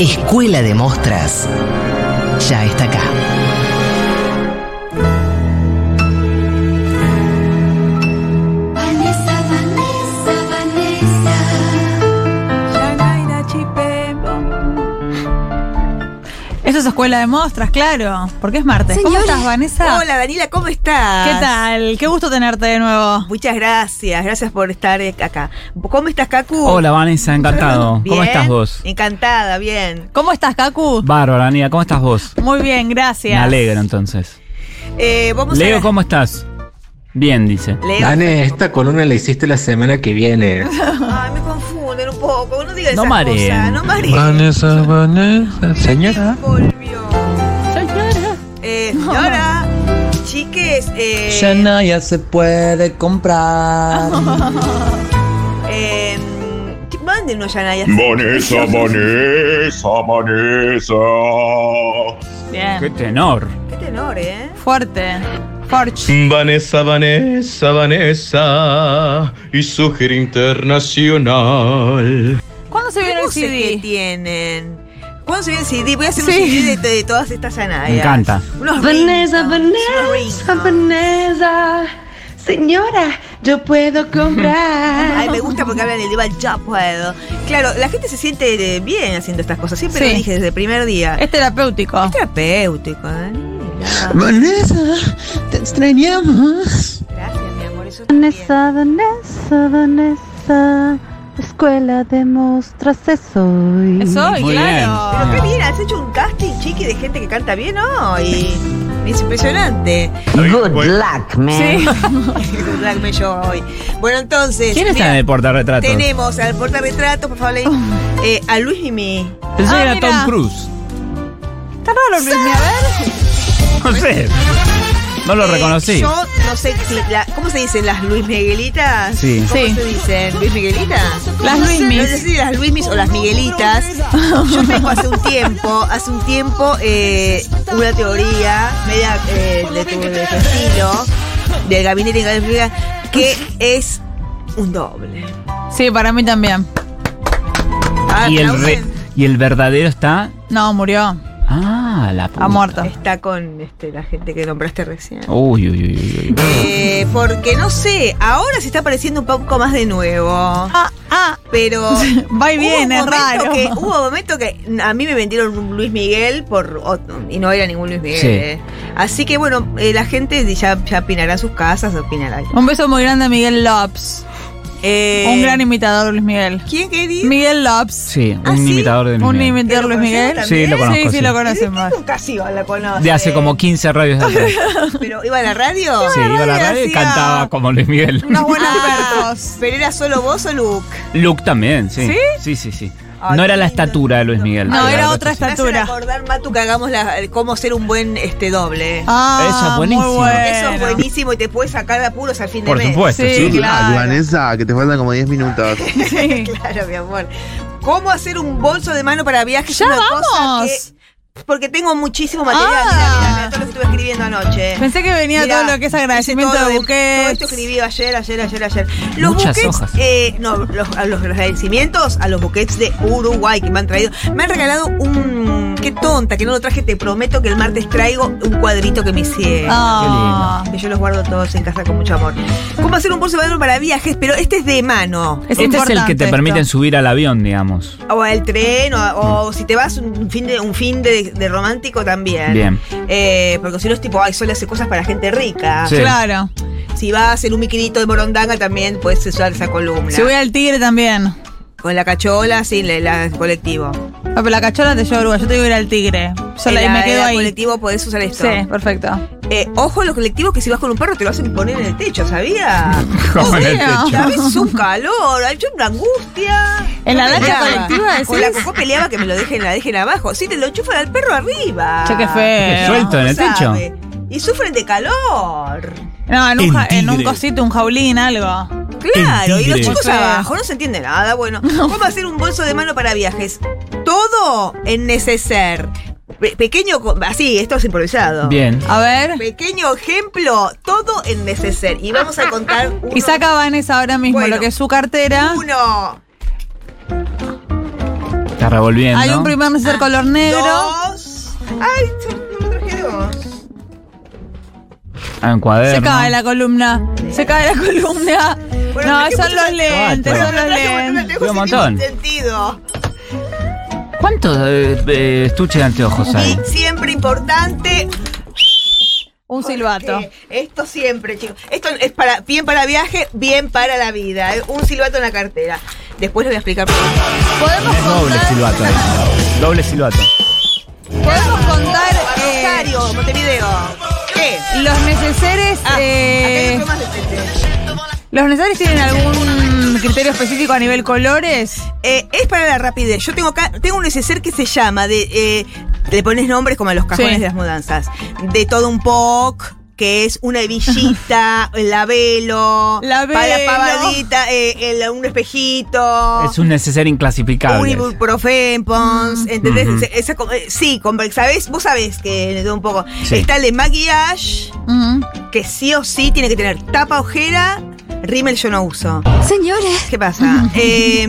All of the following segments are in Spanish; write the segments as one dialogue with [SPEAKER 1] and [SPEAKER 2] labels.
[SPEAKER 1] Escuela de Mostras ya está acá.
[SPEAKER 2] Vanessa, Vanessa, Vanessa.
[SPEAKER 3] Eso es escuela de mostras, claro. Porque es martes. ¿Cómo
[SPEAKER 4] Señores.
[SPEAKER 3] estás, Vanessa?
[SPEAKER 4] Hola Danila, ¿cómo estás?
[SPEAKER 3] ¿Qué tal? Qué gusto tenerte de nuevo.
[SPEAKER 4] Muchas gracias, gracias por estar eh, acá. ¿Cómo estás, Kaku?
[SPEAKER 5] Hola Vanessa, encantado.
[SPEAKER 4] Bien.
[SPEAKER 5] ¿Cómo estás vos?
[SPEAKER 4] Encantada, bien.
[SPEAKER 3] ¿Cómo estás, Kaku?
[SPEAKER 5] Bárbara, Nia, ¿cómo estás vos?
[SPEAKER 3] Muy bien, gracias.
[SPEAKER 5] Me alegro entonces.
[SPEAKER 4] Eh, vamos
[SPEAKER 5] Leo,
[SPEAKER 4] a...
[SPEAKER 5] ¿cómo estás? Bien, dice.
[SPEAKER 4] Leo.
[SPEAKER 6] Dane, esta columna la hiciste la semana que viene.
[SPEAKER 4] Ay, me confunden un poco, no digas
[SPEAKER 5] No
[SPEAKER 4] esas
[SPEAKER 5] mareen.
[SPEAKER 4] cosas, no mareen.
[SPEAKER 7] Vanessa, Vanessa, señora.
[SPEAKER 4] Volvió. Eh, señora. Chiques, eh,
[SPEAKER 7] ya se puede comprar.
[SPEAKER 4] eh, ch- mándenos Yanaya.
[SPEAKER 8] Vanessa, Vanessa, Vanessa.
[SPEAKER 5] Qué
[SPEAKER 3] Bien.
[SPEAKER 5] tenor.
[SPEAKER 4] Qué tenor, ¿eh?
[SPEAKER 3] Fuerte. Forch.
[SPEAKER 8] Vanessa, Vanessa, Vanessa y su gira internacional.
[SPEAKER 3] ¿Cuándo se viene
[SPEAKER 4] ¿Qué
[SPEAKER 3] el
[SPEAKER 4] voces que
[SPEAKER 3] CD?
[SPEAKER 4] tienen? ¿Cuándo se viene el CD? Voy a hacer un
[SPEAKER 3] Sí.
[SPEAKER 4] CD de, de todas estas Yanayas.
[SPEAKER 5] Me encanta.
[SPEAKER 4] Unos ringtones,
[SPEAKER 9] Vanessa,
[SPEAKER 4] unos
[SPEAKER 9] Vanessa,
[SPEAKER 4] ringtones.
[SPEAKER 9] Vanessa. Señora, yo puedo comprar.
[SPEAKER 4] Ay, me gusta porque hablan el diva, ya puedo. Claro, la gente se siente eh, bien haciendo estas cosas. Siempre
[SPEAKER 3] Sí.
[SPEAKER 4] lo dije desde el primer día.
[SPEAKER 3] Es terapéutico.
[SPEAKER 4] Es terapéutico, Daniela.
[SPEAKER 7] Vanessa, te extrañamos.
[SPEAKER 4] Gracias, mi amor. Eso también.
[SPEAKER 9] Vanessa, Vanessa, Vanessa. Escuela de mostras es hoy.
[SPEAKER 3] Es hoy,
[SPEAKER 5] Muy
[SPEAKER 4] Pero
[SPEAKER 3] claro.
[SPEAKER 4] qué bien, has hecho un casting chiqui de gente que canta bien hoy. Es impresionante.
[SPEAKER 1] Good luck, man.
[SPEAKER 3] Sí.
[SPEAKER 4] Darme yo hoy. Bueno, entonces.
[SPEAKER 5] ¿Quién
[SPEAKER 4] mira,
[SPEAKER 5] está en el portarretratos?
[SPEAKER 4] Tenemos al portarretratos, por favor, eh, a Luis Mimi.
[SPEAKER 5] Pensé
[SPEAKER 3] Ah,
[SPEAKER 5] que era
[SPEAKER 3] mira.
[SPEAKER 5] Tom Cruise.
[SPEAKER 3] Está raro, Luis, a ver.
[SPEAKER 5] No sé. No lo
[SPEAKER 4] Eh,
[SPEAKER 5] reconocí.
[SPEAKER 4] Yo no sé si la- ¿Cómo se dicen las Luis Miguelitas?
[SPEAKER 5] Sí.
[SPEAKER 4] ¿Cómo
[SPEAKER 3] Sí.
[SPEAKER 4] se dicen? ¿Luis Miguelitas?
[SPEAKER 3] Las Luismis.
[SPEAKER 4] No sé si las Luismis o las Miguelitas. Yo tengo hace un tiempo, hace un tiempo, eh, una teoría media eh, de, tu, de tu estilo, del gabinete de Gabriela, que es un doble.
[SPEAKER 3] Sí, para mí también.
[SPEAKER 4] Ah,
[SPEAKER 5] Y el, re-
[SPEAKER 4] aplauden.
[SPEAKER 5] y el verdadero está.
[SPEAKER 3] No, murió.
[SPEAKER 5] Ah, la puta.
[SPEAKER 3] Ha muerto.
[SPEAKER 4] Está con este, la gente que nombraste recién.
[SPEAKER 5] Uy, uy, uy, uy, uy.
[SPEAKER 4] Eh, porque no sé, ahora se está apareciendo un poco más de nuevo.
[SPEAKER 3] Ah, ah.
[SPEAKER 4] Pero
[SPEAKER 3] Va y
[SPEAKER 4] hubo un
[SPEAKER 3] viene, es
[SPEAKER 4] momento
[SPEAKER 3] raro.
[SPEAKER 4] que- hubo un momento que a mí me vendieron un Luis Miguel por otro, y no era ningún Luis Miguel.
[SPEAKER 5] Sí.
[SPEAKER 4] eh. Así que bueno, eh, la gente ya, ya opinará en sus casas, opinará.
[SPEAKER 3] Un beso muy grande a Miguel Lopes.
[SPEAKER 4] Eh,
[SPEAKER 3] Un gran imitador, Luis Miguel.
[SPEAKER 4] ¿Quién quería?
[SPEAKER 3] Miguel Lopes.
[SPEAKER 5] Sí, un
[SPEAKER 4] ¿Ah, sí?
[SPEAKER 5] imitador de
[SPEAKER 3] Un
[SPEAKER 5] Miguel.
[SPEAKER 3] imitador
[SPEAKER 4] ¿Lo
[SPEAKER 3] Luis
[SPEAKER 4] conocías
[SPEAKER 3] Miguel.
[SPEAKER 4] también?
[SPEAKER 5] Sí, lo conozco,
[SPEAKER 3] Sí, sí,
[SPEAKER 5] sí.
[SPEAKER 3] lo
[SPEAKER 4] ¿Quién
[SPEAKER 3] conocemos.
[SPEAKER 4] casi la conoce?
[SPEAKER 5] De hace como 15 radios atrás.
[SPEAKER 4] Pero iba a la radio.
[SPEAKER 5] Sí, iba a la
[SPEAKER 4] Ay,
[SPEAKER 5] radio y
[SPEAKER 4] hacía-
[SPEAKER 5] cantaba como Luis Miguel.
[SPEAKER 3] Unos buenos
[SPEAKER 4] Ah,
[SPEAKER 3] versos.
[SPEAKER 4] Pero era solo vos o Luke.
[SPEAKER 5] Luke también, sí.
[SPEAKER 3] ¿Sí?
[SPEAKER 5] Sí, sí, sí.
[SPEAKER 4] Ay,
[SPEAKER 5] no era la
[SPEAKER 4] lindo.
[SPEAKER 5] estatura de Luis Miguel. Ah,
[SPEAKER 3] No,
[SPEAKER 5] pero
[SPEAKER 3] era
[SPEAKER 5] la
[SPEAKER 3] otra
[SPEAKER 5] cosa-
[SPEAKER 4] Me hacen
[SPEAKER 3] Estatura.
[SPEAKER 4] acordar, Matu, que hagamos la- cómo ser un buen este doble.
[SPEAKER 3] Ah,
[SPEAKER 5] Esa es
[SPEAKER 3] muy
[SPEAKER 5] buenísima.
[SPEAKER 3] bueno.
[SPEAKER 4] Eso es buenísimo y te puede sacar de apuros al fin de
[SPEAKER 5] Por
[SPEAKER 4] mes.
[SPEAKER 5] supuesto,
[SPEAKER 3] Sí,
[SPEAKER 5] sí.
[SPEAKER 3] claro.
[SPEAKER 7] Vanessa, que te faltan como 10 minutos.
[SPEAKER 3] Sí.
[SPEAKER 4] Claro, mi amor. ¿Cómo hacer un bolso de mano para viajes?
[SPEAKER 3] ¡Ya
[SPEAKER 4] Una
[SPEAKER 3] vamos!
[SPEAKER 4] que- porque tengo muchísimo material.
[SPEAKER 3] Ah.
[SPEAKER 4] Mira, mira, mira, todo lo que estuve escribiendo anoche.
[SPEAKER 3] Pensé que venía
[SPEAKER 4] Mirá,
[SPEAKER 3] todo lo que es agradecimiento
[SPEAKER 4] hice todo
[SPEAKER 3] de
[SPEAKER 4] Todo
[SPEAKER 3] buques.
[SPEAKER 4] esto escribí ayer, ayer, ayer, ayer. Los
[SPEAKER 5] Muchas
[SPEAKER 4] buquets,
[SPEAKER 5] hojas.
[SPEAKER 4] eh, no, los, a los agradecimientos a los buquets de Uruguay que me han traído. Me han regalado un. Qué tonta, que no lo traje. Te prometo que el martes traigo un cuadrito que me hicieron.
[SPEAKER 3] Ah,
[SPEAKER 4] Que yo los guardo todos en casa con mucho amor. ¿Cómo hacer un bolso de mano para viajes? Pero este es de mano.
[SPEAKER 3] es
[SPEAKER 5] este es el que te
[SPEAKER 3] importante
[SPEAKER 5] permiten
[SPEAKER 3] esto.
[SPEAKER 5] subir al avión, digamos.
[SPEAKER 4] O al tren, o, o si te vas un fin de, un fin de, de romántico también.
[SPEAKER 5] Bien.
[SPEAKER 4] Eh, porque si no es tipo, ay, solo hace cosas para gente rica.
[SPEAKER 5] Sí.
[SPEAKER 3] Ah, Claro.
[SPEAKER 4] Si vas en un miquinito de Morondanga también puedes usar esa columna.
[SPEAKER 3] Si voy al tigre también.
[SPEAKER 4] con la cachola, sí, la, la- el colectivo.
[SPEAKER 3] Ah, pero la cachola te lleva a Uruguay. Yo tengo que ir al tigre. Sola y
[SPEAKER 4] En la-
[SPEAKER 3] me
[SPEAKER 4] en
[SPEAKER 3] quedo
[SPEAKER 4] la
[SPEAKER 3] ahí.
[SPEAKER 4] colectivo podés usar esto.
[SPEAKER 3] Sí, perfecto.
[SPEAKER 4] Eh, ojo a los colectivos que si vas con un perro te lo hacen poner en el techo, ¿sabía?
[SPEAKER 5] Como en el
[SPEAKER 3] Obvio.
[SPEAKER 5] techo.
[SPEAKER 4] A veces es un calor, hay una angustia.
[SPEAKER 3] ¿En la
[SPEAKER 4] Yo
[SPEAKER 3] lancha
[SPEAKER 4] peleaba.
[SPEAKER 3] colectiva
[SPEAKER 4] Con la
[SPEAKER 3] decís?
[SPEAKER 4] cocó peleaba que me lo dejen, la dejen abajo. Sí, te lo enchufan al perro arriba.
[SPEAKER 3] Che, qué
[SPEAKER 5] Qué
[SPEAKER 3] feo.
[SPEAKER 5] suelto en el techo.
[SPEAKER 4] ¿Sabe? Y sufren de calor.
[SPEAKER 3] No, en un,
[SPEAKER 10] En
[SPEAKER 3] ja- en un
[SPEAKER 10] tigre.
[SPEAKER 3] cosito, un jaulín, algo.
[SPEAKER 4] Claro, y los
[SPEAKER 10] tigre.
[SPEAKER 4] chicos
[SPEAKER 3] Qué feo.
[SPEAKER 4] abajo, no se entiende nada. Bueno, ¿cómo hacer un bolso de mano para viajes? Todo en neceser. Pe- pequeño, co- así, esto es improvisado.
[SPEAKER 5] Bien.
[SPEAKER 3] A ver.
[SPEAKER 4] Pequeño ejemplo, todo en neceser. Y vamos a contar uno.
[SPEAKER 3] Y saca Vanessa ahora mismo
[SPEAKER 4] Bueno.
[SPEAKER 3] lo que es su cartera.
[SPEAKER 4] uno,
[SPEAKER 5] Está revolviendo.
[SPEAKER 3] Hay un primer
[SPEAKER 4] Ah.
[SPEAKER 3] neceser color negro.
[SPEAKER 4] dos. Ay, no traje dos.
[SPEAKER 5] Ah, un cuaderno.
[SPEAKER 3] Se cae la columna. Se cae la columna.
[SPEAKER 4] Bueno,
[SPEAKER 3] no,
[SPEAKER 4] traje
[SPEAKER 3] son
[SPEAKER 4] mucho
[SPEAKER 3] los
[SPEAKER 4] más-
[SPEAKER 3] lentes,
[SPEAKER 5] Bueno,
[SPEAKER 3] son los
[SPEAKER 4] Traje un
[SPEAKER 3] lentes.
[SPEAKER 4] anteojo
[SPEAKER 5] Fue un
[SPEAKER 4] sin
[SPEAKER 5] montón.
[SPEAKER 4] ningún sentido.
[SPEAKER 5] ¿Cuántos eh, eh, estuches de anteojos hay?
[SPEAKER 4] Y siempre importante.
[SPEAKER 3] Un silbato.
[SPEAKER 4] porque Esto siempre, chicos. Esto es para bien para viaje, bien para la vida. ¿eh? Un silbato en la cartera. Después les voy a explicar por qué.
[SPEAKER 3] Podemos
[SPEAKER 5] Es doble
[SPEAKER 3] contar,
[SPEAKER 5] silbato. ahí. Doble silbato.
[SPEAKER 3] podemos contar
[SPEAKER 4] A
[SPEAKER 3] eh,
[SPEAKER 4] Rosario, Montevideo. ¿Qué?
[SPEAKER 3] los neceseres.
[SPEAKER 4] Ah,
[SPEAKER 3] eh,
[SPEAKER 4] acá hay otro más decente.
[SPEAKER 3] ¿Los neceseres tienen algún criterio específico a nivel colores?
[SPEAKER 4] Eh, es para la rapidez. Yo tengo acá, tengo un neceser que se llama de eh, le pones nombres como a los cajones
[SPEAKER 3] Sí.
[SPEAKER 4] de las mudanzas. De todo un poc que es una hebillita, la velo,
[SPEAKER 3] La
[SPEAKER 4] para
[SPEAKER 3] velo.
[SPEAKER 4] pavadita, eh, el- un espejito.
[SPEAKER 5] Es un neceser
[SPEAKER 4] Un
[SPEAKER 5] inclasificable.
[SPEAKER 4] ibuprofen,
[SPEAKER 3] Mm.
[SPEAKER 4] Pons, ¿entendés?
[SPEAKER 5] Ujú.
[SPEAKER 4] Ese- esa co- eh, sí, conver- ¿sabés? vos sabés que le doy un poco.
[SPEAKER 5] Sí.
[SPEAKER 4] Está el de maquillage,
[SPEAKER 3] Ujú.
[SPEAKER 4] que sí o sí tiene que tener tapa ojera, rímel yo no uso.
[SPEAKER 2] Señores,
[SPEAKER 4] ¿Qué pasa? Eh,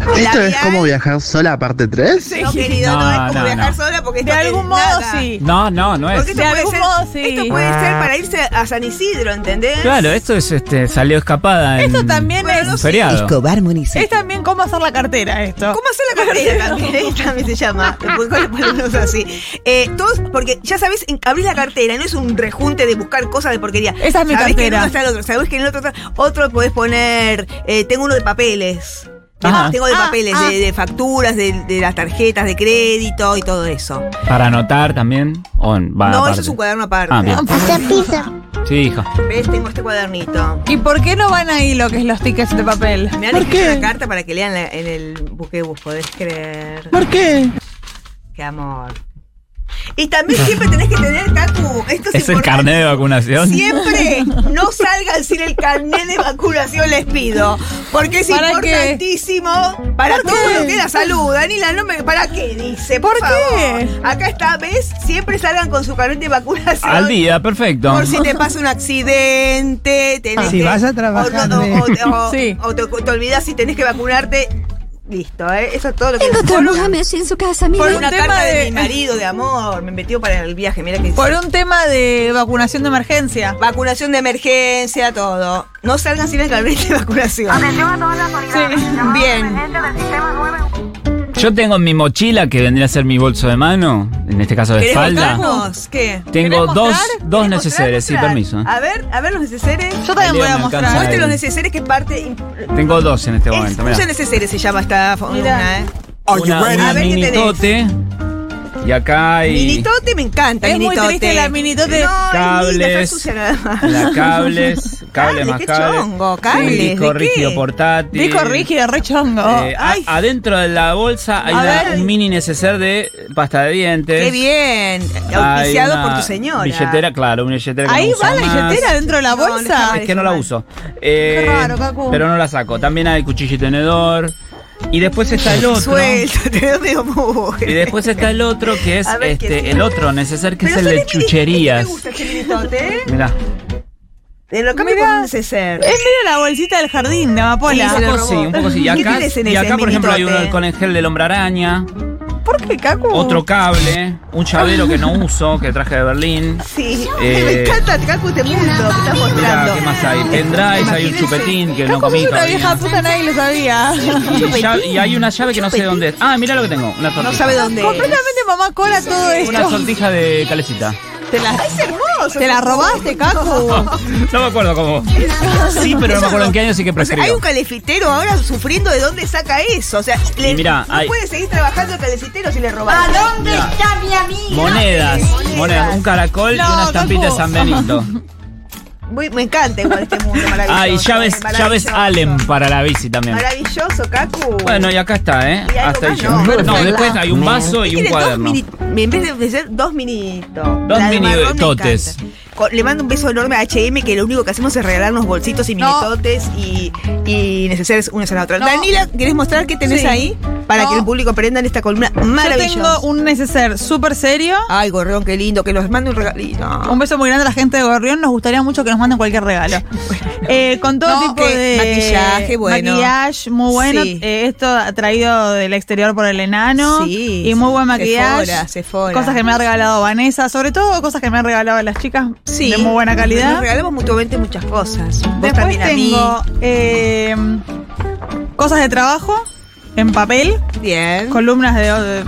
[SPEAKER 10] ¿Esto es
[SPEAKER 4] labial,
[SPEAKER 10] como viajar sola, parte 3?
[SPEAKER 4] No, querido, no,
[SPEAKER 5] No,
[SPEAKER 4] es como
[SPEAKER 5] no,
[SPEAKER 4] viajar
[SPEAKER 5] no.
[SPEAKER 4] sola porque
[SPEAKER 3] De
[SPEAKER 4] esto
[SPEAKER 3] algún
[SPEAKER 4] es
[SPEAKER 3] modo
[SPEAKER 4] nada.
[SPEAKER 3] sí.
[SPEAKER 5] No, no, no
[SPEAKER 4] Porque
[SPEAKER 5] es.
[SPEAKER 4] esto
[SPEAKER 3] De
[SPEAKER 4] puede,
[SPEAKER 3] algún
[SPEAKER 4] ser,
[SPEAKER 3] modo, sí.
[SPEAKER 4] esto puede ser para irse a San Isidro, ¿entendés?
[SPEAKER 5] Claro, esto es este, salió escapada en
[SPEAKER 3] Esto también
[SPEAKER 4] Bueno, no
[SPEAKER 5] un
[SPEAKER 3] es.
[SPEAKER 4] sé.
[SPEAKER 5] feriado.
[SPEAKER 1] Escobar Municipio.
[SPEAKER 3] Es también cómo hacer la cartera esto.
[SPEAKER 4] ¿Cómo hacer la cartera también? eh? También se llama. pues, Después le ponemos así. Eh, todos, porque ya sabes, en- abrís la cartera, no es un rejunte de buscar cosas de porquería.
[SPEAKER 3] Esa es mi
[SPEAKER 4] Sabés que en
[SPEAKER 3] cartera.
[SPEAKER 4] uno está el otro, sabés que en el otro está- Otro podés poner, eh, tengo uno de papeles. Tengo,
[SPEAKER 5] Ajá.
[SPEAKER 4] tengo de
[SPEAKER 3] Ah,
[SPEAKER 4] papeles,
[SPEAKER 3] ah.
[SPEAKER 4] de, de facturas, de, de las tarjetas de crédito y todo eso.
[SPEAKER 5] Para anotar también. O en- va
[SPEAKER 4] no,
[SPEAKER 5] aparte.
[SPEAKER 4] eso es un cuaderno aparte.
[SPEAKER 5] Ah, bien.
[SPEAKER 2] pizza, pizza.
[SPEAKER 5] Sí, hija.
[SPEAKER 4] ¿Ves? Tengo este cuadernito.
[SPEAKER 3] ¿Y por qué no van ahí lo que es los tickets de papel?
[SPEAKER 4] Me han escrito una carta para que lean la- en el buquebus, podés creer.
[SPEAKER 7] ¿Por qué?
[SPEAKER 4] Qué amor. Y también siempre tenés que tener, Cacu, esto es,
[SPEAKER 5] ¿Es el
[SPEAKER 4] importante.
[SPEAKER 5] carnet de vacunación?
[SPEAKER 4] Siempre no salgan sin el carnet de vacunación, les pido. Porque es
[SPEAKER 3] ¿Para qué?
[SPEAKER 4] importantísimo para todo lo que es la salud. Danila, no me. ¿Para qué? Dice. Por,
[SPEAKER 3] ¿Por
[SPEAKER 4] favor.
[SPEAKER 3] qué?
[SPEAKER 4] Acá está, ¿ves? Siempre salgan con su carnet de vacunación.
[SPEAKER 5] Al día, perfecto.
[SPEAKER 4] Por si te pasa un accidente, tenés
[SPEAKER 7] Si
[SPEAKER 4] que-
[SPEAKER 7] vas a trabajar
[SPEAKER 4] O, no- o-
[SPEAKER 7] de-
[SPEAKER 4] o- o-
[SPEAKER 3] Sí.
[SPEAKER 4] o te, te olvidás si tenés que vacunarte. Listo, ¿eh? Eso es todo lo que
[SPEAKER 2] Tengo
[SPEAKER 4] Por
[SPEAKER 2] otro Mohamed en su casa,
[SPEAKER 3] Por
[SPEAKER 4] por
[SPEAKER 2] mira.
[SPEAKER 3] un
[SPEAKER 4] una
[SPEAKER 3] tema
[SPEAKER 4] carta de,
[SPEAKER 3] de-
[SPEAKER 4] mi marido de amor, me metió para el viaje, mira que
[SPEAKER 3] Por un tema de vacunación de emergencia.
[SPEAKER 4] vacunación de emergencia, todo. No salgan sin el carnet de vacunación. Bien.
[SPEAKER 5] Yo tengo en mi mochila, que vendría a ser mi bolso de mano, en este caso de
[SPEAKER 4] ¿Querés
[SPEAKER 5] espalda.
[SPEAKER 4] mostrarnos? ¿Qué?
[SPEAKER 3] ¿Querés
[SPEAKER 5] Tengo dos,
[SPEAKER 3] mostrar?
[SPEAKER 5] dos
[SPEAKER 4] ¿Querés
[SPEAKER 5] neceseres, sí,
[SPEAKER 4] mostrar?
[SPEAKER 5] permiso. eh.
[SPEAKER 4] A ver, a ver los neceseres.
[SPEAKER 3] Yo también
[SPEAKER 5] Ahí
[SPEAKER 3] voy a
[SPEAKER 5] me alcanza
[SPEAKER 3] mostrar.
[SPEAKER 5] ahí.
[SPEAKER 4] Muestre los neceseres que parte.
[SPEAKER 5] Tengo dos en este momento, mirá.
[SPEAKER 4] Excusa neceseres se llama esta
[SPEAKER 3] Mirá.
[SPEAKER 4] fórmula, ¿eh?
[SPEAKER 5] Una, una
[SPEAKER 4] A ver qué tenés.
[SPEAKER 5] minitote. Y acá hay
[SPEAKER 4] Minitote me encanta,
[SPEAKER 3] Es muy
[SPEAKER 4] minitote.
[SPEAKER 3] triste la minitote.
[SPEAKER 4] No, es linda, está
[SPEAKER 5] Cables.
[SPEAKER 4] sucia nada más.
[SPEAKER 5] la cables, cable
[SPEAKER 4] Cables,
[SPEAKER 5] más
[SPEAKER 4] qué
[SPEAKER 5] cable.
[SPEAKER 4] chongo, cables, ¿de
[SPEAKER 5] disco
[SPEAKER 4] qué?
[SPEAKER 5] rígido portátil.
[SPEAKER 3] Dico rígido, re chongo.
[SPEAKER 5] Eh, a-
[SPEAKER 4] ay.
[SPEAKER 5] adentro de la bolsa hay
[SPEAKER 4] A
[SPEAKER 5] una-
[SPEAKER 4] ver.
[SPEAKER 5] un mini neceser de pasta de dientes.
[SPEAKER 4] Qué bien.
[SPEAKER 5] Hay
[SPEAKER 4] Auspiciado por
[SPEAKER 5] una
[SPEAKER 4] tu señora.
[SPEAKER 5] Billetera, claro, una billetera que
[SPEAKER 3] ahí
[SPEAKER 5] no uso
[SPEAKER 3] va la
[SPEAKER 5] más.
[SPEAKER 3] billetera dentro de la
[SPEAKER 4] No, no está
[SPEAKER 3] bolsa.
[SPEAKER 5] Es que no la uso. Eh,
[SPEAKER 3] raro, Cacu.
[SPEAKER 5] pero no la saco. También hay cuchillo y tenedor. Y después está el otro.
[SPEAKER 4] Suelto, te veo medio mugre.
[SPEAKER 5] Y después está el otro que es
[SPEAKER 4] A ver, ¿qué
[SPEAKER 5] este,
[SPEAKER 4] es?
[SPEAKER 5] el otro neceser que
[SPEAKER 4] Pero
[SPEAKER 5] es el
[SPEAKER 4] ¿sabés
[SPEAKER 5] de
[SPEAKER 4] qué? Este
[SPEAKER 5] chucherías.
[SPEAKER 4] Me gusta este minitote, ¿eh?
[SPEAKER 5] Mirá.
[SPEAKER 4] Te lo cambio
[SPEAKER 3] Mirá.
[SPEAKER 4] por un neceser.
[SPEAKER 5] Eh,
[SPEAKER 3] Es medio la bolsita del jardín de
[SPEAKER 4] Sí, se
[SPEAKER 5] Un
[SPEAKER 3] amapola.
[SPEAKER 4] lo-
[SPEAKER 5] poco
[SPEAKER 4] robó.
[SPEAKER 5] sí, un poco sí. Y
[SPEAKER 4] ¿Qué
[SPEAKER 5] acá,
[SPEAKER 4] tenés en
[SPEAKER 5] y
[SPEAKER 4] ese
[SPEAKER 5] acá por ejemplo, hay
[SPEAKER 4] minitote?
[SPEAKER 5] uno con el gel del hombre araña,
[SPEAKER 3] ¿Por qué, Cacu?
[SPEAKER 4] Oh.
[SPEAKER 5] otro cable, un llavero que no uso, que traje de Berlín.
[SPEAKER 4] Sí,
[SPEAKER 5] Eh,
[SPEAKER 4] me encanta Cacu este mundo que estás
[SPEAKER 5] Mirá,
[SPEAKER 4] mostrando.
[SPEAKER 5] ¿Qué más hay? Pendrives, hay un
[SPEAKER 4] Imagínense.
[SPEAKER 5] chupetín que no
[SPEAKER 3] Cacu,
[SPEAKER 5] comí
[SPEAKER 3] sos una
[SPEAKER 5] todavía.
[SPEAKER 3] vieja puta, nadie lo sabía.
[SPEAKER 5] Y, llave- y hay una llave que no sé dónde es. Ah, mirá lo que tengo. Una
[SPEAKER 4] No
[SPEAKER 5] sortija.
[SPEAKER 4] sabe dónde.
[SPEAKER 3] Completamente mamá cola todo
[SPEAKER 5] Una
[SPEAKER 3] esto.
[SPEAKER 5] sortija de calecita.
[SPEAKER 4] Te la- ¡Ay, es hermoso!
[SPEAKER 3] ¿Te la robaste, Caco?
[SPEAKER 5] No me acuerdo cómo. Sí, pero no me acuerdo en qué años sí que
[SPEAKER 4] O sea, hay
[SPEAKER 5] prescribió.
[SPEAKER 4] un calefitero ahora sufriendo de dónde saca eso. O sea, le-
[SPEAKER 5] mirá,
[SPEAKER 4] no
[SPEAKER 5] hay-
[SPEAKER 4] puede seguir trabajando el calefitero si le robaron.
[SPEAKER 11] ¿A dónde está mi amiga?
[SPEAKER 5] Monedas, monedas, un caracol y
[SPEAKER 4] No,
[SPEAKER 5] una estampita de
[SPEAKER 4] Cacu.
[SPEAKER 5] San Benito.
[SPEAKER 4] Muy- me encanta igual este mundo maravilloso.
[SPEAKER 5] Ah, y llaves,
[SPEAKER 4] maravilloso.
[SPEAKER 5] llaves Allen para la bici también.
[SPEAKER 4] Maravilloso, Cacu.
[SPEAKER 5] Bueno, y acá está, ¿eh?
[SPEAKER 4] Y algo
[SPEAKER 5] Hasta ahí
[SPEAKER 4] más, no.
[SPEAKER 5] llegó. No, después hay un vaso y un
[SPEAKER 4] Tiene
[SPEAKER 5] cuaderno.
[SPEAKER 4] Dos mini, en vez de ser dos minitos.
[SPEAKER 5] Dos
[SPEAKER 4] La de
[SPEAKER 5] mini
[SPEAKER 4] marrón me
[SPEAKER 5] totes.
[SPEAKER 4] Co- Le mando un beso enorme a HM que lo único que hacemos es regalarnos bolsitos y minitotes y, y necesarios unas a la otra.
[SPEAKER 3] No.
[SPEAKER 4] Danila, ¿querés mostrar qué tenés
[SPEAKER 3] Sí.
[SPEAKER 4] ahí? Para
[SPEAKER 3] No.
[SPEAKER 4] que el público aprenda en esta columna maravillosa.
[SPEAKER 3] Yo tengo un neceser súper serio.
[SPEAKER 4] Ay, Gorrión, qué lindo, que nos mande un regalito.
[SPEAKER 3] Un beso muy grande a la gente de Gorrión. Nos gustaría mucho que nos manden cualquier regalo. Eh, con todo
[SPEAKER 4] No,
[SPEAKER 3] tipo
[SPEAKER 4] que
[SPEAKER 3] de.
[SPEAKER 4] maquillaje, bueno.
[SPEAKER 3] Maquillaje, muy bueno.
[SPEAKER 4] Sí.
[SPEAKER 3] Eh, esto traído del exterior por el enano.
[SPEAKER 4] Sí,
[SPEAKER 3] Y muy buen maquillaje.
[SPEAKER 4] Sephora, Sephora.
[SPEAKER 3] Cosas que me ha regalado Vanessa. Sobre todo cosas que me han regalado las chicas.
[SPEAKER 4] Sí.
[SPEAKER 3] De muy buena
[SPEAKER 4] Nos
[SPEAKER 3] calidad.
[SPEAKER 4] regalamos mutuamente muchas cosas. Vos
[SPEAKER 3] Después
[SPEAKER 4] también a mí.
[SPEAKER 3] tengo. eh, cosas de trabajo. En papel.
[SPEAKER 4] Bien.
[SPEAKER 3] Columnas de, de-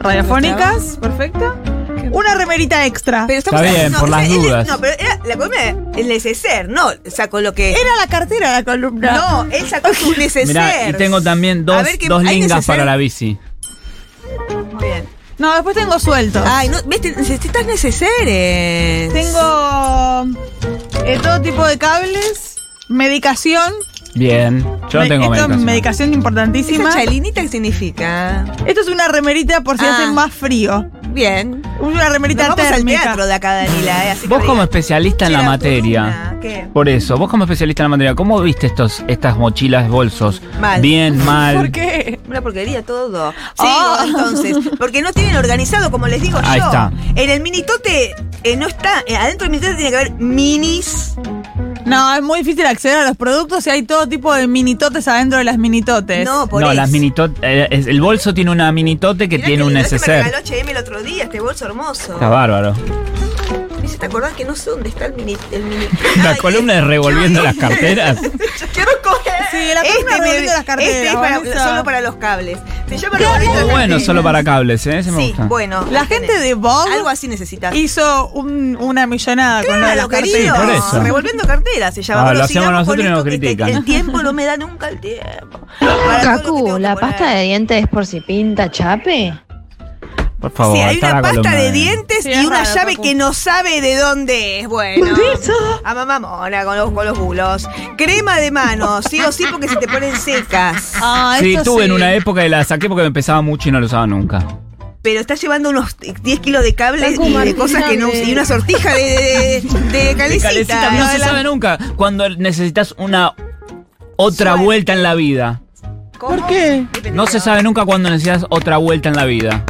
[SPEAKER 3] radiofónicas. Perfecto. Una remerita extra.
[SPEAKER 4] Pero
[SPEAKER 5] Está bien, por las
[SPEAKER 4] es- es-
[SPEAKER 5] dudas.
[SPEAKER 4] No, pero era la columna el neceser, no, sacó lo que.
[SPEAKER 3] Era la cartera la columna.
[SPEAKER 4] No, él sacó su neceser.
[SPEAKER 5] Mirá, y tengo también dos,
[SPEAKER 4] A ver qué-
[SPEAKER 5] dos
[SPEAKER 4] ¿hay
[SPEAKER 5] lingas
[SPEAKER 4] neceser?
[SPEAKER 5] para la bici.
[SPEAKER 4] Muy bien.
[SPEAKER 3] No, después tengo suelto.
[SPEAKER 4] Ay, no, ves, te- necesitas neceseres.
[SPEAKER 3] Tengo eh, todo tipo de cables, medicación.
[SPEAKER 5] Bien. Yo no
[SPEAKER 3] Me-
[SPEAKER 5] tengo
[SPEAKER 3] esto es
[SPEAKER 5] medicación.
[SPEAKER 3] medicación importantísima.
[SPEAKER 4] ¿Esa chalinita qué significa?
[SPEAKER 3] Esto es una remerita por si
[SPEAKER 4] Ah.
[SPEAKER 3] hace más frío.
[SPEAKER 4] Bien.
[SPEAKER 3] Una remerita
[SPEAKER 4] Nos vamos al
[SPEAKER 3] térmica.
[SPEAKER 4] teatro de acá, Danila. eh, así
[SPEAKER 5] Vos
[SPEAKER 4] que
[SPEAKER 5] como
[SPEAKER 4] diga,
[SPEAKER 5] especialista en
[SPEAKER 4] che,
[SPEAKER 5] la
[SPEAKER 4] la
[SPEAKER 5] materia.
[SPEAKER 4] columna, ¿qué?
[SPEAKER 5] Por eso, vos como especialista en la materia, ¿cómo viste estos, estas mochilas, bolsos?
[SPEAKER 4] Mal.
[SPEAKER 5] Bien, mal.
[SPEAKER 3] ¿Por qué?
[SPEAKER 4] Una porquería todo. Sigo,
[SPEAKER 3] Ah.
[SPEAKER 4] entonces. Porque no tienen organizado, como les digo
[SPEAKER 5] Ahí
[SPEAKER 4] yo.
[SPEAKER 5] está.
[SPEAKER 4] En el minitote eh, no está. eh, adentro del minitote tiene que haber minis.
[SPEAKER 3] No, es muy difícil acceder a los productos y hay todo tipo de minitotes adentro de las minitotes.
[SPEAKER 4] No, por
[SPEAKER 5] No,
[SPEAKER 4] eso.
[SPEAKER 5] las minitote. eh, es- el bolso tiene una minitote que
[SPEAKER 4] Mirá
[SPEAKER 5] tiene
[SPEAKER 4] que
[SPEAKER 5] un
[SPEAKER 4] mirá, se Me regaló
[SPEAKER 5] neceser.
[SPEAKER 4] H&M el otro día, este bolso hermoso.
[SPEAKER 5] Está bárbaro.
[SPEAKER 4] Me hiciste acordar que no sé dónde está el mini. El mini.
[SPEAKER 5] La
[SPEAKER 4] Ay,
[SPEAKER 5] columna de revolviendo las carteras.
[SPEAKER 4] yo Quiero coger.
[SPEAKER 3] Sí, la columna de revolviendo las carteras,
[SPEAKER 4] Este es para-
[SPEAKER 3] Vanessa.
[SPEAKER 4] solo para los cables. Si yo me revolviendo las
[SPEAKER 5] Muy bueno,
[SPEAKER 4] carteras-
[SPEAKER 5] solo para cables, ¿eh? Ese me
[SPEAKER 4] Sí,
[SPEAKER 5] gusta.
[SPEAKER 4] bueno.
[SPEAKER 3] La
[SPEAKER 4] lo
[SPEAKER 3] gente
[SPEAKER 4] tenés.
[SPEAKER 3] de Vogue
[SPEAKER 4] Algo así necesitas.
[SPEAKER 3] Hizo un- una millonada con lo de las
[SPEAKER 4] Claro, querido.
[SPEAKER 5] Sí, por
[SPEAKER 3] carteras.
[SPEAKER 5] eso.
[SPEAKER 4] Revolviendo carteras se llama.
[SPEAKER 5] Ah,
[SPEAKER 4] Bueno,
[SPEAKER 5] lo hacemos
[SPEAKER 4] sigamos
[SPEAKER 5] nosotros
[SPEAKER 4] con
[SPEAKER 5] y nos
[SPEAKER 4] esto que te-
[SPEAKER 5] critican.
[SPEAKER 4] El tiempo no me da nunca el tiempo. Para todo lo que tengo
[SPEAKER 12] Cacu,
[SPEAKER 4] que
[SPEAKER 12] ¿la
[SPEAKER 4] poner.
[SPEAKER 12] pasta de dientes es por si pinta chape?
[SPEAKER 5] Por favor,
[SPEAKER 4] sí, hay
[SPEAKER 5] está
[SPEAKER 4] una
[SPEAKER 5] la
[SPEAKER 4] pasta
[SPEAKER 5] columna,
[SPEAKER 4] de
[SPEAKER 5] eh.
[SPEAKER 4] dientes
[SPEAKER 3] Sí,
[SPEAKER 4] y
[SPEAKER 3] es
[SPEAKER 4] una
[SPEAKER 3] raro,
[SPEAKER 4] llave
[SPEAKER 3] Facu.
[SPEAKER 4] que no sabe de dónde es. Bueno. A mamá mona con los, con los bulos. Crema de manos, sí o sí, porque se te ponen secas.
[SPEAKER 3] Ah,
[SPEAKER 5] Sí,
[SPEAKER 3] esto
[SPEAKER 5] tuve en
[SPEAKER 3] sí.
[SPEAKER 5] una época y la saqué porque me pesaba mucho y no la usaba nunca.
[SPEAKER 4] Pero estás llevando unos 10 kilos de cables
[SPEAKER 11] Facu,
[SPEAKER 4] y de
[SPEAKER 11] Martina,
[SPEAKER 4] cosas que no.
[SPEAKER 11] de-
[SPEAKER 4] Y una sortija de, de, de- de calecita.
[SPEAKER 5] Calecita, no se sabe nunca. Cuando necesitas una otra
[SPEAKER 4] Suerte.
[SPEAKER 5] vuelta en la vida.
[SPEAKER 4] ¿Cómo? ¿Por qué?
[SPEAKER 5] No se sabe nunca cuando necesitas otra vuelta en la vida.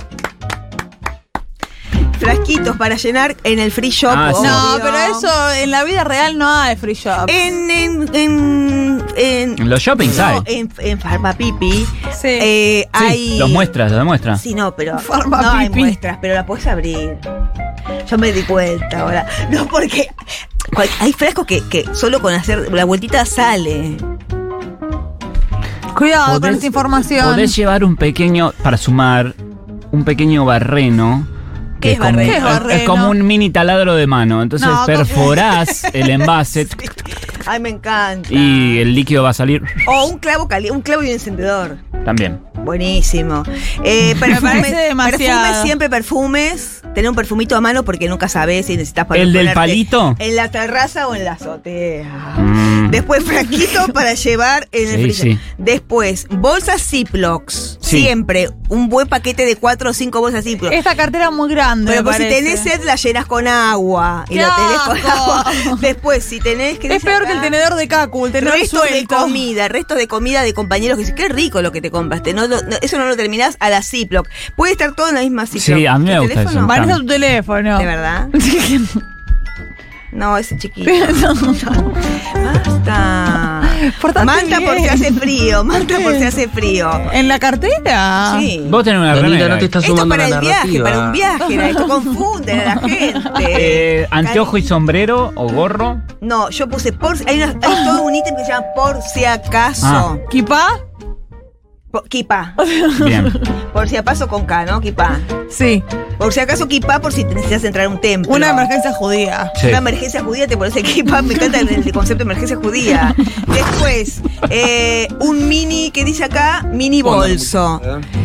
[SPEAKER 4] Frasquitos para llenar en el free shop.
[SPEAKER 5] Ah, sí.
[SPEAKER 3] No,
[SPEAKER 4] obvio.
[SPEAKER 3] pero eso en la vida real no hay free shop.
[SPEAKER 4] En. en, en, en-
[SPEAKER 5] En los shoppings hay.
[SPEAKER 4] no, en, en Farmapipi
[SPEAKER 3] Sí.
[SPEAKER 4] eh,
[SPEAKER 5] Sí,
[SPEAKER 4] hay.
[SPEAKER 5] los muestras, los muestras.
[SPEAKER 4] Sí, no, pero.
[SPEAKER 3] Farma
[SPEAKER 4] no hay
[SPEAKER 3] pipí.
[SPEAKER 4] muestras, pero la puedes abrir. Yo me di cuenta ahora. No, porque cual- hay frascos que, que solo con hacer la vueltita sale.
[SPEAKER 3] Cuidado con
[SPEAKER 5] Podés-
[SPEAKER 3] esta información.
[SPEAKER 5] Podés llevar un pequeño, para sumar, un pequeño barreno.
[SPEAKER 4] ¿Qué
[SPEAKER 5] Que
[SPEAKER 4] es barreno?
[SPEAKER 3] ¿Qué es
[SPEAKER 5] es-
[SPEAKER 3] barreno?
[SPEAKER 5] es como un mini taladro de mano. Entonces
[SPEAKER 3] No,
[SPEAKER 5] perforás el envase
[SPEAKER 4] Ay, me encanta.
[SPEAKER 5] y el líquido va a salir
[SPEAKER 4] O un clavo cali un clavo y un encendedor.
[SPEAKER 5] también.
[SPEAKER 4] Buenísimo. Eh, perfume-
[SPEAKER 3] parece demasiado.
[SPEAKER 4] Perfumes, siempre perfumes. Tener un perfumito a mano porque nunca sabes si necesitas para
[SPEAKER 5] ¿El del
[SPEAKER 4] ponerte
[SPEAKER 5] palito?
[SPEAKER 4] En la terraza o en la azotea.
[SPEAKER 5] Mm.
[SPEAKER 4] Después frasquito para llevar en el
[SPEAKER 5] Sí,
[SPEAKER 4] freezer.
[SPEAKER 5] sí.
[SPEAKER 4] Después, bolsas Ziplocs.
[SPEAKER 5] Sí.
[SPEAKER 4] Siempre. Un buen paquete de cuatro o cinco bolsas Ziploc.
[SPEAKER 3] Esta cartera muy grande.
[SPEAKER 4] Pero
[SPEAKER 3] me
[SPEAKER 4] pues si
[SPEAKER 3] parece.
[SPEAKER 4] tenés sed, la llenas con agua. Y
[SPEAKER 3] ¡Qué
[SPEAKER 4] lo tenés con
[SPEAKER 3] asco!
[SPEAKER 4] agua. Después, si tenés que.
[SPEAKER 3] Es peor que el tenedor de Cacu, el tenedor
[SPEAKER 4] Restos de
[SPEAKER 3] suelto.
[SPEAKER 4] comida, restos de comida de compañeros que dicen, qué rico lo que te compraste. No, lo- no- eso no lo terminás a la Ziploc. Puede estar todo en la misma Ziploc.
[SPEAKER 5] Sí, a mí me
[SPEAKER 4] ¿Tu
[SPEAKER 5] gusta
[SPEAKER 4] teléfono?
[SPEAKER 5] eso.
[SPEAKER 3] Vanessa, tu teléfono.
[SPEAKER 4] ¿De verdad? No, ese chiquito. Basta.
[SPEAKER 3] Portate
[SPEAKER 4] Manta
[SPEAKER 3] bien.
[SPEAKER 4] porque hace frío, manta porque hace frío.
[SPEAKER 3] ¿En la cartera?
[SPEAKER 4] Sí.
[SPEAKER 5] Vos tenés una
[SPEAKER 6] Danila,
[SPEAKER 5] remera eh.
[SPEAKER 6] no te
[SPEAKER 5] ahí.
[SPEAKER 6] estás
[SPEAKER 4] Esto es
[SPEAKER 6] sumando a
[SPEAKER 4] para
[SPEAKER 6] la
[SPEAKER 4] el viaje,
[SPEAKER 6] narrativa.
[SPEAKER 4] para un viaje, era esto confunde a la
[SPEAKER 3] Eh.
[SPEAKER 4] gente.
[SPEAKER 5] Eh, anteojo y sombrero o gorro.
[SPEAKER 4] No, yo puse por si- hay, una- hay todo un ítem que se llama por si acaso.
[SPEAKER 5] Ah.
[SPEAKER 3] ¿Kipá?
[SPEAKER 4] Po- Kipa.
[SPEAKER 5] Bien.
[SPEAKER 4] Por si acaso con K, ¿no? Kipa.
[SPEAKER 3] Sí.
[SPEAKER 4] Por si acaso Kipa, por si te necesitas entrar a un templo.
[SPEAKER 3] Una emergencia judía.
[SPEAKER 5] Sí.
[SPEAKER 4] Una emergencia judía te pones el Kipa. Me encanta el, el concepto de emergencia judía. Después, eh, un mini, ¿qué dice acá? Mini bolso.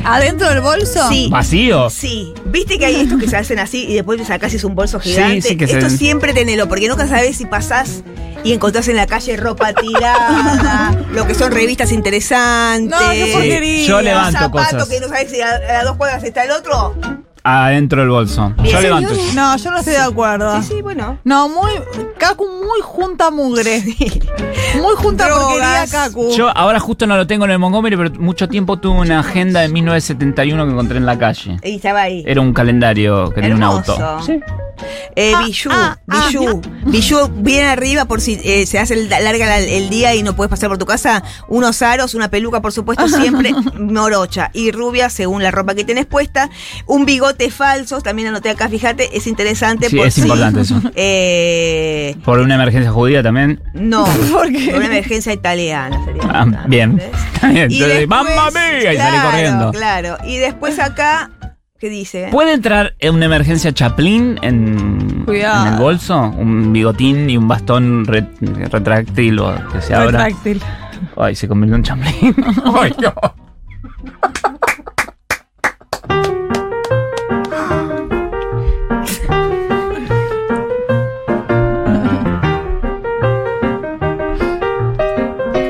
[SPEAKER 3] ¿Adentro del bolso?
[SPEAKER 4] Sí.
[SPEAKER 5] ¿Vacío?
[SPEAKER 4] Sí, viste que hay estos que se hacen así y después te sacás y es un bolso
[SPEAKER 5] Sí,
[SPEAKER 4] gigante.
[SPEAKER 5] sí que se
[SPEAKER 4] Esto
[SPEAKER 5] ven.
[SPEAKER 4] siempre tenelo, porque nunca sabes si pasás y encontrás en la calle ropa tirada, lo que son revistas interesantes.
[SPEAKER 3] No, qué porquería.
[SPEAKER 5] Yo
[SPEAKER 4] Un
[SPEAKER 5] levanto
[SPEAKER 4] zapato
[SPEAKER 5] cosas.
[SPEAKER 4] que no sabes si a, a las dos cuadras está el otro.
[SPEAKER 5] Adentro del bolso. Yo
[SPEAKER 4] Bien.
[SPEAKER 5] levanto.
[SPEAKER 4] Señores.
[SPEAKER 3] No, yo no estoy de acuerdo.
[SPEAKER 4] Sí, sí, bueno.
[SPEAKER 3] No, muy. Cacu muy junta mugre. Muy junta
[SPEAKER 4] Drogas.
[SPEAKER 3] porquería, Cacu.
[SPEAKER 5] Yo ahora justo no lo tengo en el Montgomery, pero mucho tiempo tuve una agenda de 1971 que encontré en la calle.
[SPEAKER 4] Y estaba ahí.
[SPEAKER 5] Era un calendario que tenía un
[SPEAKER 4] Hermoso.
[SPEAKER 5] auto.
[SPEAKER 4] Eh,
[SPEAKER 3] Ah,
[SPEAKER 4] Bijou,
[SPEAKER 3] ah, ah,
[SPEAKER 4] Bijou, Bijou, bien arriba por si eh, se hace el- larga la- el día y no puedes pasar por tu casa. Unos aros, una peluca, por supuesto, siempre morocha y rubia según la ropa que tenés puesta. Un bigote falso, también anoté acá, fíjate, es interesante.
[SPEAKER 5] Sí,
[SPEAKER 4] por
[SPEAKER 5] es
[SPEAKER 4] si-
[SPEAKER 5] importante eso.
[SPEAKER 4] Eh,
[SPEAKER 5] Por una emergencia judía también.
[SPEAKER 4] no,
[SPEAKER 3] ¿Por qué?
[SPEAKER 4] una emergencia italiana. sería
[SPEAKER 5] Ah,
[SPEAKER 4] importante,
[SPEAKER 5] bien.
[SPEAKER 4] ¿ves?
[SPEAKER 5] Está bien.
[SPEAKER 4] Y
[SPEAKER 5] Entonces,
[SPEAKER 4] después-
[SPEAKER 5] ¡Mamma mía! Y salí
[SPEAKER 4] claro,
[SPEAKER 5] corriendo.
[SPEAKER 4] Claro, y después acá, ¿qué dice?
[SPEAKER 5] ¿Puede entrar en una emergencia Chaplin en,
[SPEAKER 3] Cuidado.
[SPEAKER 5] en el bolso? Un bigotín y un bastón re- retráctil o que se abra.
[SPEAKER 3] Retráctil.
[SPEAKER 5] Ay, se convirtió en Chaplin. Ay, no.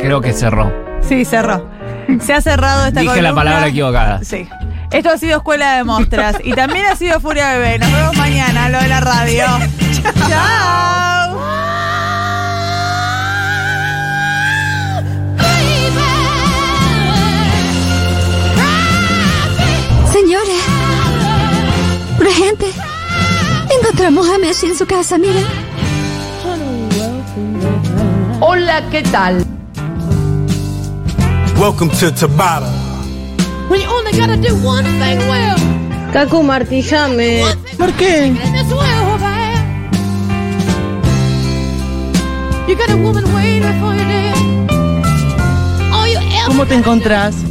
[SPEAKER 5] Creo que cerró.
[SPEAKER 3] Sí, cerró. Se ha cerrado esta
[SPEAKER 5] Dije la
[SPEAKER 3] columna.
[SPEAKER 5] palabra equivocada.
[SPEAKER 3] Sí. Esto ha sido Escuela de Mostras y también ha sido Furia Bebé. Nos vemos mañana, lo de la radio. Chao.
[SPEAKER 2] Señores, urgente. Encontramos a Messi en su casa, miren.
[SPEAKER 12] Hola, ¿qué tal?
[SPEAKER 13] Welcome to Tabata.
[SPEAKER 11] We only gotta do one thing well.
[SPEAKER 12] Caco Martillame.
[SPEAKER 11] ¿Por qué? You got a woman waiting for you there. All you ever
[SPEAKER 7] ¿Cómo te encontrás?